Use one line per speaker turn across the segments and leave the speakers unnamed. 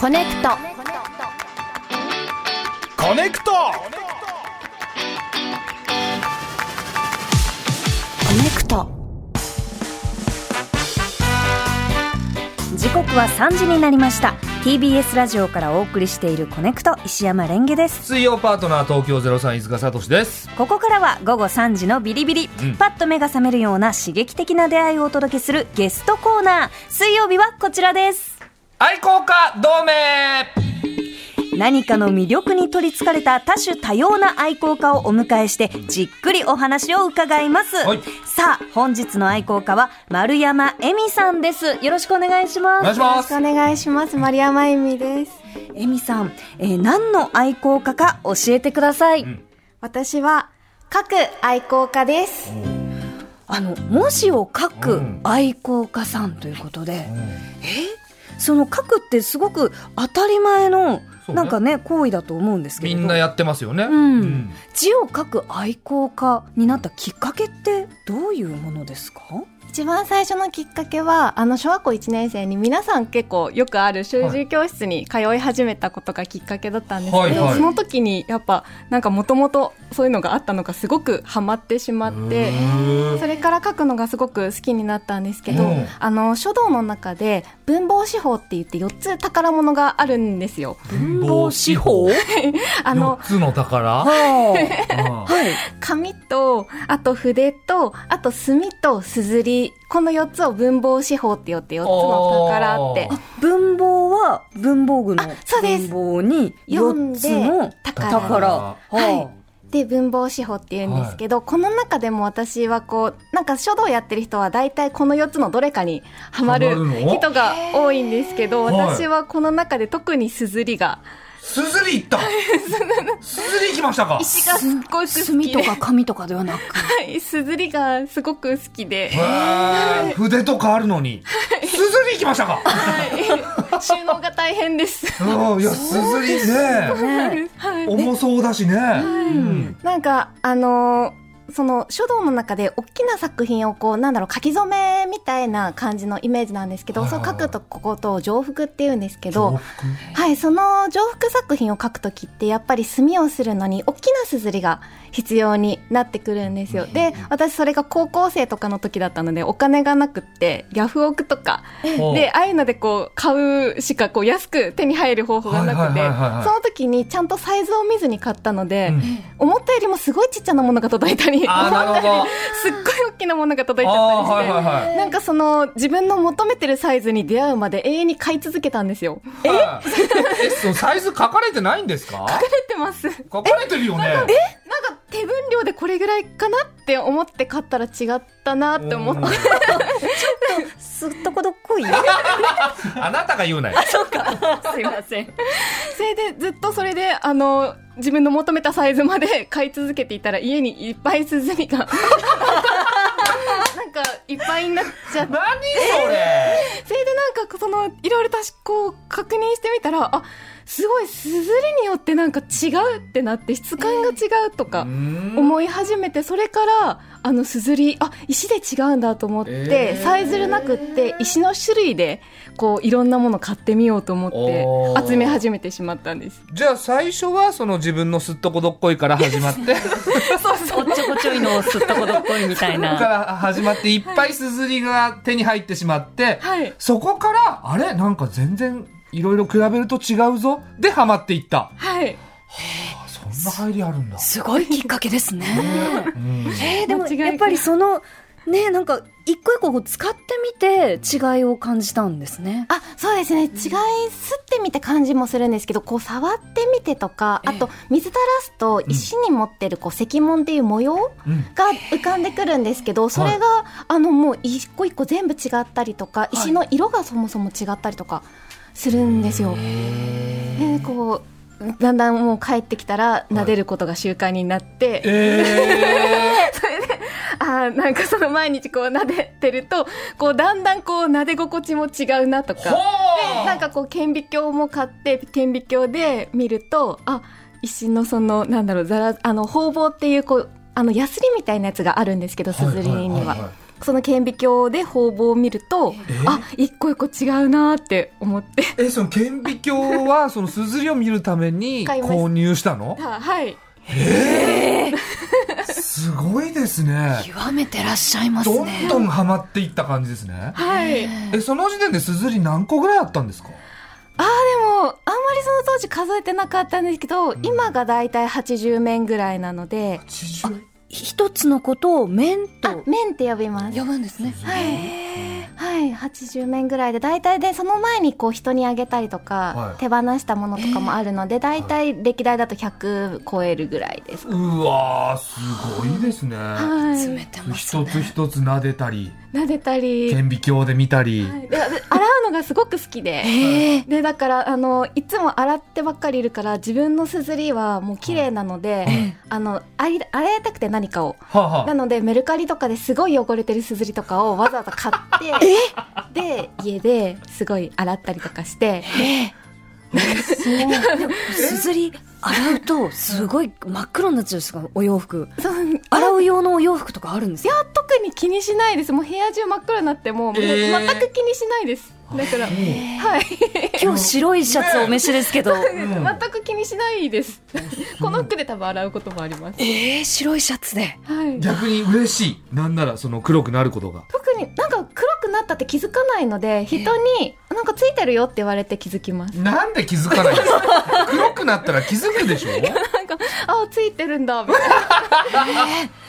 コネクト
コネクト
コネクト
時刻は3時になりました TBS ラジオからお送りしているコネクト石山レンゲです
水曜パートナー東京ゼロ三飯塚聡です。
ここからは午後3時のビリビリ、
うん
パッと目が覚めるような刺激的な出会いをお届けするゲストコーナー水曜日はこちらです
愛好家同盟。
何かの魅力に取りつかれた多種多様な愛好家をお迎えしてじっくりお話を伺います、
はい
さあ本日の愛好家は丸山恵美さんですよろしくお願いします
お願いします。
お願いします。丸山恵美です。
恵美さん、えー何の愛好家か教えてください、
ん
私は、書く愛好家です。
あの文字を書
う
く
ん
愛好家さんということで、その書くってすごく当たり前の、
そうね
なんかね行為だと思うんですけ
み
れど
んなやってますよね。
うん字を書く愛好家になったきっかけってどういうものですか
一番最初のきっかけは、あの、小学校1年生に皆さん結構よくある習字教室に通い始めたことがきっかけだったんですけど、
はいはい
その時にやっぱ、なんかもともとそういうのがあったのがすごくハマってしまって、それから書くのがすごく好きになったんですけど、
うん
あの書道の中で文房四宝って言って4つ宝物があるんですよ。
文房四宝。
あの
四つの宝。
は
うん
あはい
紙とあと筆とあと墨とすずりこの4つを文房四宝って言って4つの宝って
おー
文房は文房具の
あそうです
文房に4つの
宝
宝
は
は
で文房四宝って言うんですけど、この中でも私はこうなんか書道やってる人は大体この4つのどれかにハマ
ハマ
る
るの
人が多いんですけど
へー
私はこの中で特にすずりが
すずり行った。すずり行きましたか。
石がすっごく
い
好
墨
き
と
で
か紙とかではなく
はいすずりがすごく好き
へ。
で
ー筆とかあるのに。すずり行きましたか。
はい、収納が大変です。
うんいや、すずり ね。
ね
重そうだしね。うん
なんかあのーその書道の中で大きな作品をこうなんだろう書き初めみたいな感じのイメージなんですけど、
はいはい
そう
はい
書くとこことを上腹っていうんですけ
重
ど、
複
はい、その上腹作品を書くときってやっぱり墨をするのに大きな硯が必要になってくるんですよ。で私それが高校生とかの時だったのでお金がなくってヤフオクとか
ほう
でああいうのでこう買うしかこう安く手に入る方法がなくて
はいはいはいはいはい
その時にちゃんとサイズを見ずに買ったので。
うん
思ったよりもすごいちっちゃなものが届いたり、すっ
あー、なるほど。
ごい大きなものが届いちゃ
あ
った
ーは
り
い
して。
はいはい。
なんかその自分の求めてるサイズに出会うまで永遠に買い続けたんですよ。
え、え、そのサイズ書かれてないんですか。
出てます。なんか
書かれてるよね。
手分量でこれぐらいかなって思って買ったら違ったなって思って。
すっとこどっこい
あなたが言うなよ。
すいません
それでずっとそれであの自分の求めたサイズまで買い続けていたら家にいっぱいスズミが。なん かいっぱいになっちゃって
何それ。
それでなんかそのいろいろ確かこう確認してみたらあすごいすずりによってなんか違うってなって質感が違うとか思い始めてそれからあのすずりあ石で違うんだと思って、
えー
サイズじゃなくって石の種類でこういろんなもの買ってみようと思って
おー
集め始めてしまったんです
じゃあ最初はその自分のすっとこどっこいから始まって、
おっちょこちょいのすっとこどっこいみたい
か
な
ら始まっていっぱいすずりが手に入ってしまって、
はい
そこから、あれなんか全然いろいろ比べると違うぞでハマっていった。
はい
あそんな入りあるんだ。
すごいきっかけですね
うん
えーでも
間違いない
やっぱりそのねなんか一個一個こう使ってみて違いを感じたんですね。
あそうですね違い吸ってみて感じもするんですけどこう触ってみてとかあと水垂らすと石に持ってるこう石紋っていう模様
うん
が浮かんでくるんですけどそれが、あのもう一個一個全部違ったりとか石の色がそもそも違ったりとかするんですよ。でこうだんだんもう帰ってきたら撫でることが習慣になって、
え
あーなんかその毎日こう撫でてるとこうだんだんこう撫で心地も違うなと
ー、
か。
ほう
なんかこう顕微鏡も買って顕微鏡で見るとあ石のそのなんだろうざらあの方々っていうこうあのヤスリみたいなやつがあるんですけど、すずりに
はいはいはい
は。その顕微鏡で方々を見ると、あ一個一個違うなーって思って、
えその顕微鏡 はそのすずりを見るために
買いました
購入したの
はい、
すごいですね
極めてらっしゃいます
どん
ね
どんハマっていった感じですね
はい。
えその時点ですずり何個ぐらいあったんですか
ああでもあんまりその当時数えてなかったんですけど、今がだいたい80面ぐらいなので
一つのことを面
あ
と
面って呼びます
呼ぶんですねへ
はい80面ぐらいで大体でその前にこう人にあげたりと
は
か、
い
手放したものとかもあるので、大体歴代だと100超えるぐらいです、
うわーすごいですね
ー
は
冷てます
一
ね
つ一つ撫でたり
い撫でたり
顕微鏡で見たり、
はいであで洗うのがすごく好きで
へえ
でだからあのいつも洗ってばっかりいるから自分のすずりはもう綺麗なので、あのあり洗いたくて何かを
はあは
な
あ
のでメルカリとかですごい汚れてるすずりとかをわざわざ買ってで家ですごい洗ったりとかして
すずり洗うとすごい真っ黒になっちゃうんですかお洋服
そう
洗う用のお洋服とかあるんですか
特に気にしないですもう部屋中真っ黒になってももう
えー
全く気にしないですだから、はい
今日白いシャツお召しですけど
全く気にしないですこの服で多分洗うこともあります、
えー白いシャツで
はい、
逆に嬉しいなんならその黒くなることが
特になんか黒くなったって気づかないので人に「なんかついてるよ」って言われて気づきます
なんで気づかないんですか黒くなったら気づくでしょ
なんか「 あついてるん だ」みたいな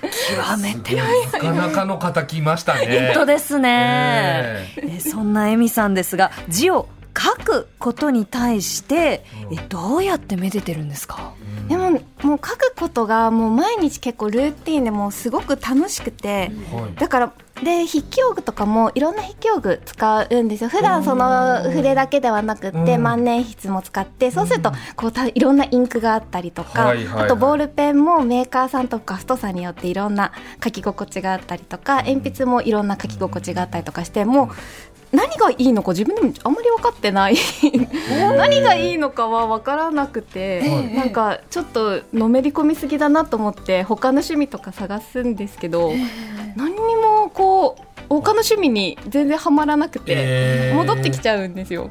極めて
なかなかの方来ましたね
本当ですね、
ええ
えーそんなエミさんですが字を書くことに対して、えーどうやってめでてるんですか
でももう書くことがもう毎日結構ルーティンでもうすごく楽しくて
はい
だからで筆記用具とかもいろんな筆記用具使うんですよ普段その筆だけではなくって
うん
万年筆も使ってそうするとこうたいろんなインクがあったりとか
はいはいはい
あとボールペンもメーカーさんとか太さによっていろんな書き心地があったりとか鉛筆もいろんな書き心地があったりとかしてもう何がいいのか自分でもあんまり分かってない 何がいいのかは分からなくて、
はい
なんかちょっとのめり込みすぎだなと思って他の趣味とか探すんですけど、何にもこう他の趣味に全然ハマらなくて、
ええ
戻ってきちゃうんですよ。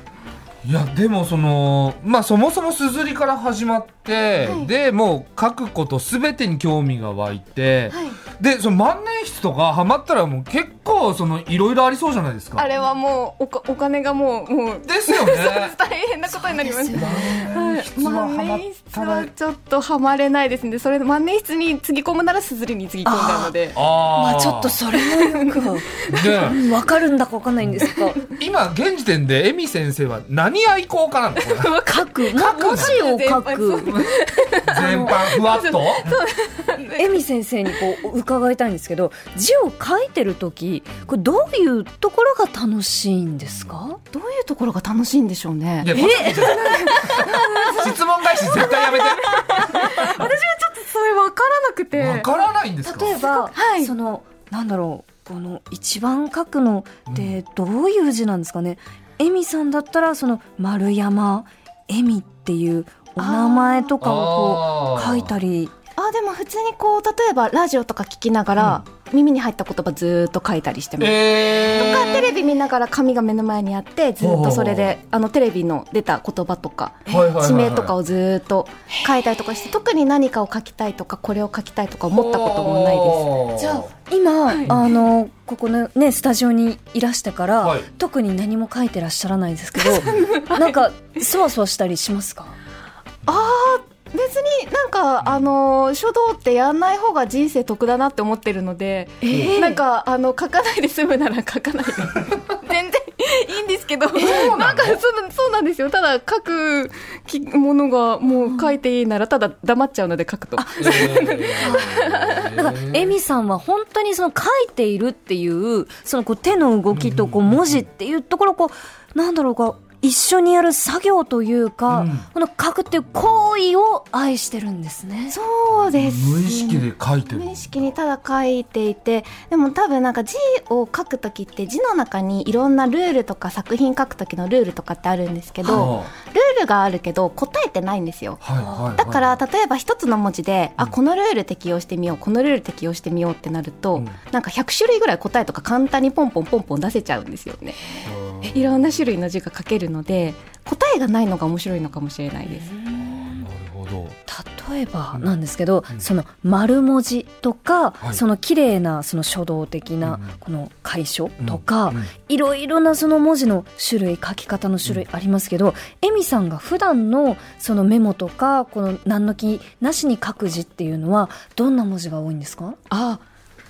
いやでもそのまあそもそもすずりから始まって、
はい
でもう書くことすべてに興味が湧いて、
はい、
でその万年筆とかハマったらもう結構そのいろいろありそうじゃないですか
あれはもうおかお金がもうもう
ですよね
大変なことになりま
そう
す
です。よね
はい
筆は
万
ハマっ
年
た
筆
ら
はちょっとハマれないですね。それで万年筆につぎ込むならすずりにつぎ込んだので。
あー
まあちょっとそれもよく
ね
分かるんだか分かんないんです が
今現時点でエミ先生は何愛好 家なのこれ
書くも文字を書く
全般ふわっと
エミ先生にこう伺いたいんですけど字を書いてる時これどういうところが楽しいんですか
どういうところが楽しいんでしょうね
いやこれ質問返し絶対や めて
それ分からなくて
わからないんですか
例えば、
はい
そのなんだろうこの一番書くのってどういう字なんですかね、エミさんだったらその丸山エミっていうお名前とかをこう書いた
り
り
あでも普通にこう例えばラジオとか聞きながら、耳に入った言葉ずーっと書いたりしてます、
えー、
とかテレビ見ながら紙が目の前にあってずーっとそれであのテレビの出た言葉とか
はいはいはいはい
地名とかをずーっと書いたりとかして特に何かを書きたいとかこれを書きたいとか思ったこともないです
です
じゃあ
今、あのここのねスタジオにいらしてから、
はい
特に何も書いてらっしゃらないですけ どなんかそわそわしたりしますか
別になんかあの書道ってやんない方が人生得だなって思ってるので、なんかあの書かないで済むなら書かな いで全然いいんですけど、なんかそうなそうなんですよただ書くきものがもう書いていいならただ黙っちゃうので書くと
え
だから、エミさんは本当にその書いているっていう、そのこう手の動きとこう文字っていうところをこう、なんだろうか、一緒にやる作業というか、
うん
この書くっていう行為を愛してるんですね。
そうですね
無意識で書いてる
無意識にただ書いていてでも多分なんか字を書く時って字の中にいろんなルールとか作品書く時のルールとかってあるんですけど、
は
ルールがあるけど答えてないんですよ
あはいはいはい
だから例えば一つの文字で、あこのルール適用してみようこのルール適用してみようってなると、
うん
なんか100種類ぐらい答えとか簡単にポンポンポンポン出せちゃうんですよねいろんな種類の字が書けるので答えがないのが面白いのかもしれないです、
なるほど
例えば
うん
なんですけど、
うん
その丸文字とか、
はい
その綺麗なその書道的
う
なんこの楷書とか、
うん
いろいろなその文字の種類書き方の種類ありますけど、エミさんが普段のそのメモとかこの何の気なしに書く字っていうのはどんな文字が多いんですか
あ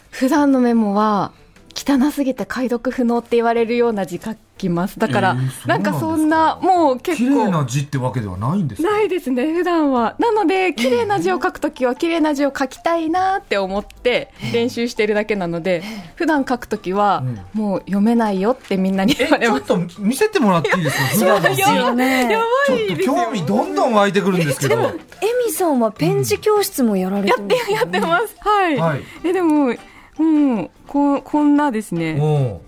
普段のメモは汚すぎて解読不能って言われるような字書きますだから、
えーそうな
な
んん
か
ですか
そんなもう結
綺麗
構
な字ってわけではないんですよ
ないですね普段はなので綺麗な字を書くときは綺麗な字を書きたいなって思って練習してるだけなので普段書くときはもう読めないよってみんなに言われ
ちょ
ま
っ
す
と見せてもらっていいですか普段の字
いやいや
ね
やばい
ちょっと
ですよ
興味どんどん湧いてくるんですけど
エミさんはペン字教室もやられてるんですよね
やってますはい、
はい
えでもうんここんなですね
おう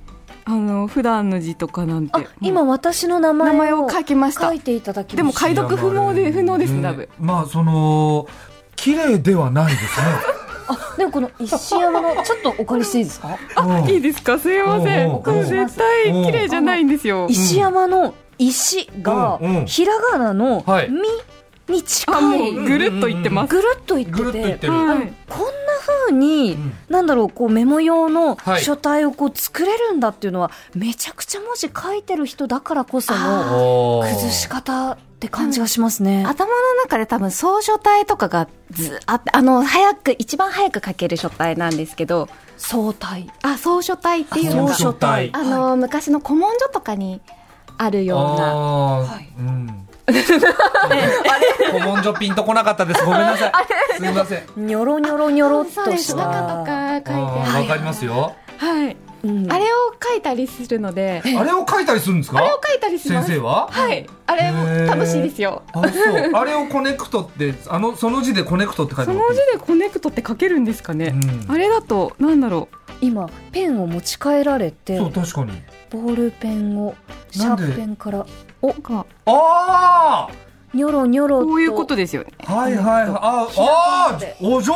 あの普段の字とかなんて
あ今私の名
名前
前
を
を
書きました
書いていただきました
でも解読不能で不能です
ね
多分
まあその綺麗ではないで すね
あでもこの石山のちょっとお借りしていいですか
あ
いいですかすいません
おうおうおう
絶対綺麗じゃないんですよ
石山の石が
うんうん
ひらがなの
は
「
い
み」に
あ
近
も
いう
ぐるっと言ってます
ぐるっといって
ぐるっといっててる
はい
こんな風に
うん
なんだろうこうメモ用の
はい
書体をこう作れるんだっていうのはめちゃくちゃ文字書いてる人だからこその
おー
崩し方って感じがしますね。
頭の中で多分草書体とかがずあってあの早く一番早く書ける書体なんですけど
相対
あ草書体っていうの
草
が
書体
あの、昔の古文書とかにあるような
あー
はい
うん。古文書ピンとこなかったです。ごめんなさい。すみません。
ニョロニョロニョロっ
そう
と
で
し
す
た
中とか書いて
あー
あ
わかりますよ。
るはい
うん
あれを書いたりするので
あれを書いたりするんですか
あれを書いたりしま
先
す
生は
はいあれも
へー
楽しいですよ
あ、そう。あれをコネクトって、あの、その字でコネクトって書い
そ
てある
の字でコネクトって書けるんですかね、
うん
あれだとなんだろう
今ペンを持ち帰られて
そう、確かに。
ボールペンをシャ
なんで
ープペンから
なんか
ああ
ニョロニョロと
こういうことですよね
はいはいはい。あ
ひらがな
あ
で
ーお上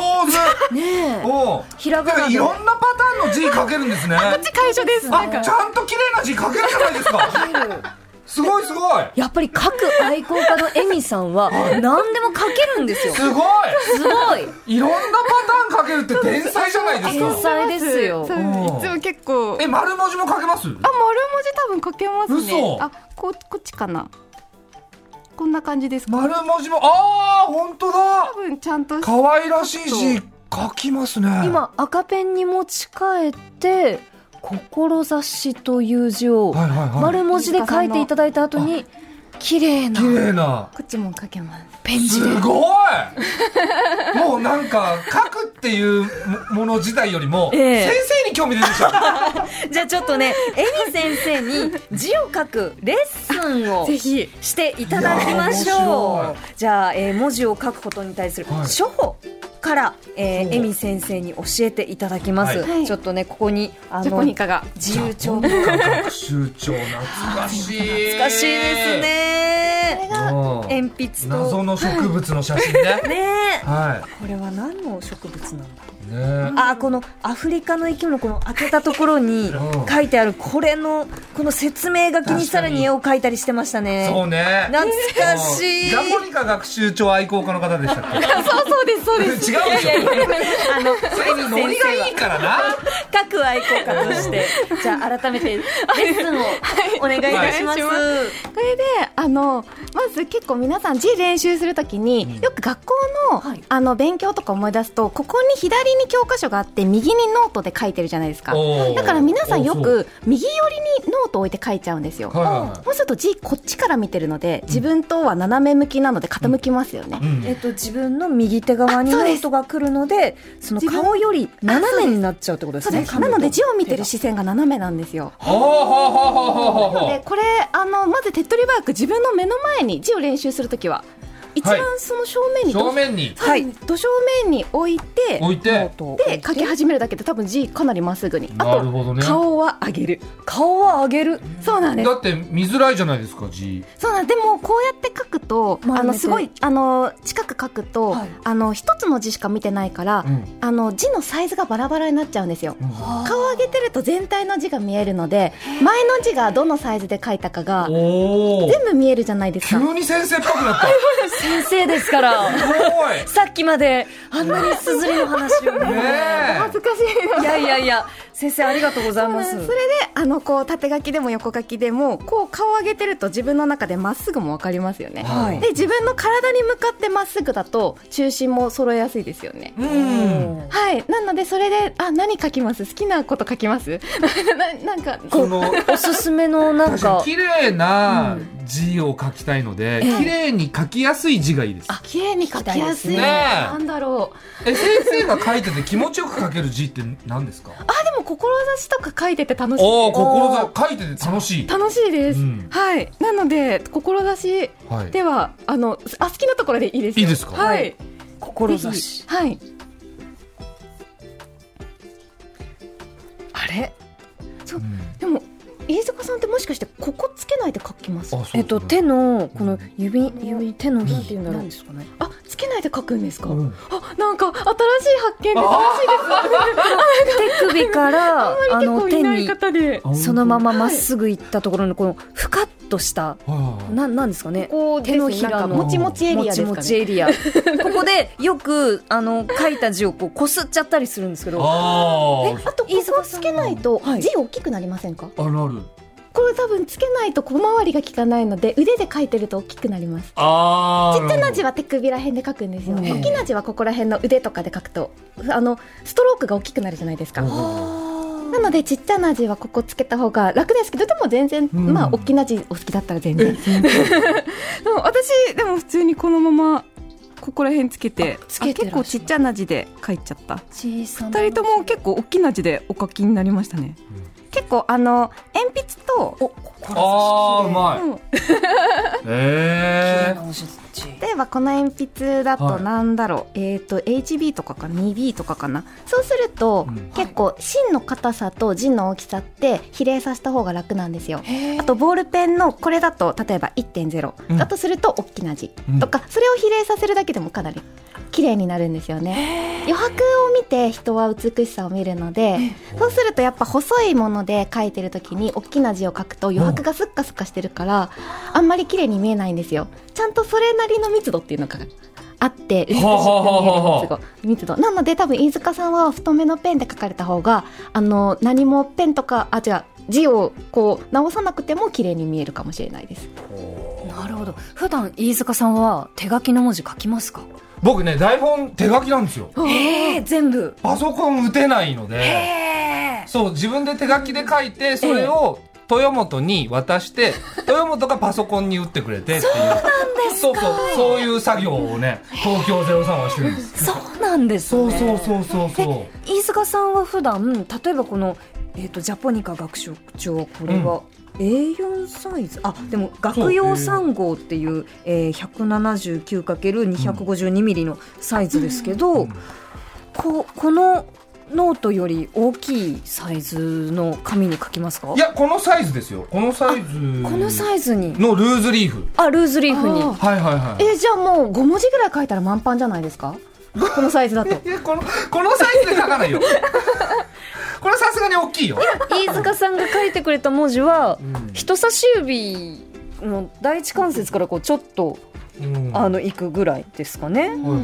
手
ね え
おう
ひら
だ
が
か
な
ら
で
いろんなパターンの字書けるんですね。
会社です
なん
あ、ちゃんと綺麗な字書けるじゃないですか。すごいすごい。
やっぱり書く愛好家のエミさんは何でも書けるんですよ
すごい
すごい
いろんなパターン書けるって天才じゃないです
天
か。
才ですよ
そう
うん
いつも結構
え、丸文字も書けま
あ丸
す
文字多分書けますね
嘘
あここっちかなこんな感じですか
丸文字も、ああ、本当だ
多分ちゃんと
可愛らしい字書きますね。
今赤ペンに持ち替えて「志」という字を
はいはいはい。
丸文字で書いていただいた後に綺麗な
綺麗な。
こっちも書けます
ペン字
す
で
ごいもうなんか書くっていうもの自体よりも
ええ
先生に興味出てきた
じゃあちょっとねエミ先生に字を書くレッスンを
ぜひ
していただきまし
いやー
ょ
面白
うじゃあ、えー文字を書くことに対する
はい
書法から、え
そう
ー、エミ先生に教えていただきます、
はい
はい
ちょっとねここにあ
ジャポニカが
自由帳懐
学習帳懐かしい懐
かしいですね鉛筆
謎
と
の植物の写真ね
ねえ
は
これは何の植物なんだ
いね
あーこのアフリカの生き物この開けたところに
うん
書いてあるこれのこの説明書きにさらに絵を描いたりしてましたね
そうね
懐かしい
ジャポニカ学習帳愛好家の方でしたっ けそうそうですそうです違うでしょあのノリがいいからな
各愛好家として、じゃあ改めてレッスンをお願いいたします。
お
これであのまず結構皆さん字練習するときに、よく学校の
はい
あの勉強とか思い出すとここに左に教科書があって右にノートで書いてるじゃないですかだから皆さんよく右寄りにノート置いて書いちゃうんですよ
はいは
そうすると字こっちから見てるので自分とは斜め向きなので傾きますよね、
い、う
えっ
ん、
と、自分の右手側に
あそう
ノ
です
ートが来るのでその顔より斜めになっちゃうってことです
そう
ね
ですなので字を見てる
し
視線が斜めなんですよ
はあはあはあはあはあ
でこれあのまず手っ取り早く自分の目の前に字を練習するときは一番その正面にど、
正面に
はいど正面に置いて
置いて
で書き始めるだけで多分字かなりまっすぐにあ
なる
と
ほどね
顔は上げる
顔は上げる
そうなんです
だって見づらいじゃないですか字
そうなんでもこうやって書くと
丸めて
あのすごいあの近く書くと、
はい
あの一つの字しか見てないから、
うん
あの字のサイズがバラバラになっちゃうんですよ
うん
顔を上げてると全体の字が見えるので前の字がどのサイズで書いたかが
おお
全部見えるじゃないですか
急に先生っぽくなった
先生ですから
すごい
さっきまであんなにすずりの話を
ね
恥ずかしい
いやいやいや先生ありがとうございま
そ
す
れであのこう縦書きでも横書きでもこう顔を上げてると自分の中でまっすぐもわかりますよね
はい
で自分の体に向かってまっすぐだと中心も揃えやすいですよね
えうん
はいなのでそれであ何書きます好きなこと書きます ななんか
その
おすすめのなん
確かに
か
綺麗な字を書きたいので、
ええ
綺麗に書きやすい字がいいです。
綺麗に書きやすい
ねえ
なんだろう
え先生が書いてて気持ちよく書ける字って何ですか？
あでも志とか書いてて楽しい
おお
お
志書いてて楽しい。
楽しいです、
うん
はいなので志
はい。
ではあのあ好きなところでいいですよ
いいですか
はいぜひ
志
はい
あれ
うん
でも飯塚さんってもしかしてここつけないで書きますあ
あそう
えっと手のこの指
ん
指手のなんていうんだろうですかね
つけないで書くんですか、
うん
あなんか新しい発見で楽しいです
手首からあ
結
の
構い
手
ない
に
方で
あ
そのまままっすぐ行ったところのこのふかっとした
はいはい
ななんですかね
こう
手のひらの
もちもちエリアですかね
もちもちエ リアここでよくあの書いた字をこうこすっちゃったりするんですけど
あ
あとここつけないと字大きくなりませんか、
ああなる。
これ多分つけないと小回りが効かないので腕で書いてると大きくなります
ああ。
ちっちゃな字は手首ら辺で書くんですよ、
うん
大きな字はここら辺の腕とかで書くとあのストロークが大きくなるじゃないですか、
うん
なのでちっちゃな字はここつけた方が楽ですけどでも全然、
うん
まあ大きな字お好きだったら全然
でも私でも普通にこのままここら辺つけて
つけて
あ結
らっしゃる
構ちっちゃな字で書いちゃった
小さ
二人とも結構大きな字でお書きになりましたね
結構あの鉛筆と
お心
ああうま
うん
い。ええ。
直し
例えばこの鉛筆だ
は
と
い
なんだろう、えっ、と HB とかか 2B とかかなそうすると、
うん
結構芯の硬さと芯の大きさって比例させた方が楽なんですよあとボールペンのこれだと例えば1.0、
うん
だとすると大きな字
うん
とか、それを比例させるだけでもかなり綺麗になるんですよね余白を見て人は美しさを見るのでそうするとやっぱ細いもので書いてる時に大きな字を書くと余白がスッカスカしてるからあんまり綺麗に見えないんですよちゃんとそれなりの密度っていうのがあって美しく見え
は
る
あはあはあはあ
密度密度なので多分飯塚さんは太めのペンで書かれた方があの何もペンとかあ違う字をこう直さなくても綺麗に見えるかもしれないです
なるほど普段飯塚さんは手書きの文字書きますか
僕ね台本手書きなんですよ。
ええ全部
パソコン打てないので。
え
そう、自分で手書きで書いて、それを豊本に渡して、豊本がパソコンに打ってくれてっていう。そうなんですか。そうそう、いう作業をね、東京03はしてるんです。
えそうなんです
そう
ね
そうそうそうそ
飯塚さんは普段例えばこの、えー、とジャポニカ学食帳これは、A4 サイズあでも学用3号っていう、えー、179×252 ミリのサイズですけど、
うん
ここのノートより大きいサイズの紙に書きますか
う。いや、このサイズですよ。このサイズ。
このサイズに
のルーズリーフ。
あルーズリーフに
あ
はいはいはい。
えじゃあもう5文字ぐらい書いたら満帆じゃないですかこのサイズ だと
いやこの、このサイズで書か ないよ。これはさすがに大きいよ。
飯塚さんが書いてくれた文字は
うん
人差し指の第一関節からこうちょっと
うん
あのいくぐらいですかね。
はいはいはい。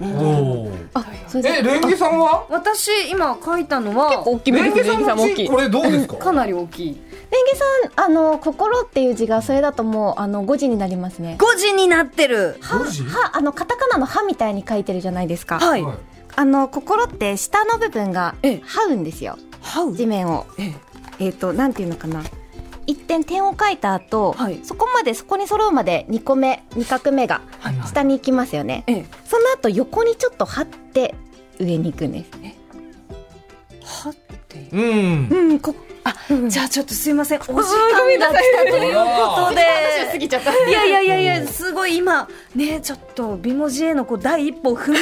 おー
あそれで
え、レンゲさんは
私今書いたのは
大き
レンゲさんの
大
字
きい
これどうですか
かなり大きい。
芸さんあの心っていう字がそれだともうあの5字になりますね
5時になってる
5時
はあのカタカナの歯みたいに書いてるじゃないですか
はい
はい
あの心って下の部分が
ええ
這うんですよ
ハウ
地面を
え
えっ、となんていうのかな一点点を書いた後、
はい
そこまでそこに揃うまで2個目2画目が
はいはい
下に行きますよね、
ええ
その後横にちょっと張って上に行くんです
はっていう
うん
うんこ
あ、じゃあちょっとすいませんお時間
ごめんな
が
さい
来たということ
話を過
で
ぎちゃった
いやいやいやいやすごい今ねちょっと美文字へのこう第一歩踏み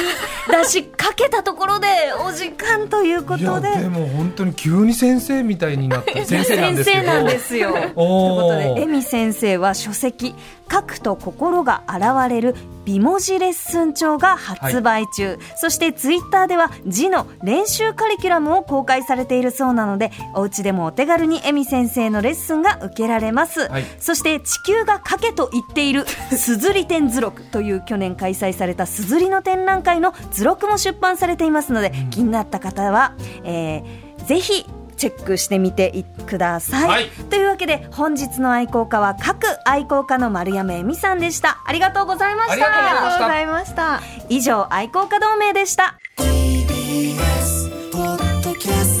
出しかけたところでお時間というこ
いや
とで
でも本当に急に先生みたいになって 先生なんですけど
先生なんですよ。という
お
こ
ー
とで、エミ先生は書籍、書くと心が現れる美文字レッスン帳が発売中。そしてツイッターでは字の練習カリキュラムを公開されているそうなので、お家でもお手軽にエミ先生のレッスンが受けられます。
はい
そして地球が賭けと言っている「すずり展図録」という去年開催されたすずりの展覧会の図録も出版されていますので、気になった方は、えーぜひチェックしてみてください、
はい
というわけで本日の愛好家は各愛好家の丸山恵美さんでしたありがとうございま
あ
し
りがとうございましたた
ございました
以上愛好家同盟でした
TBS ポッドキャスト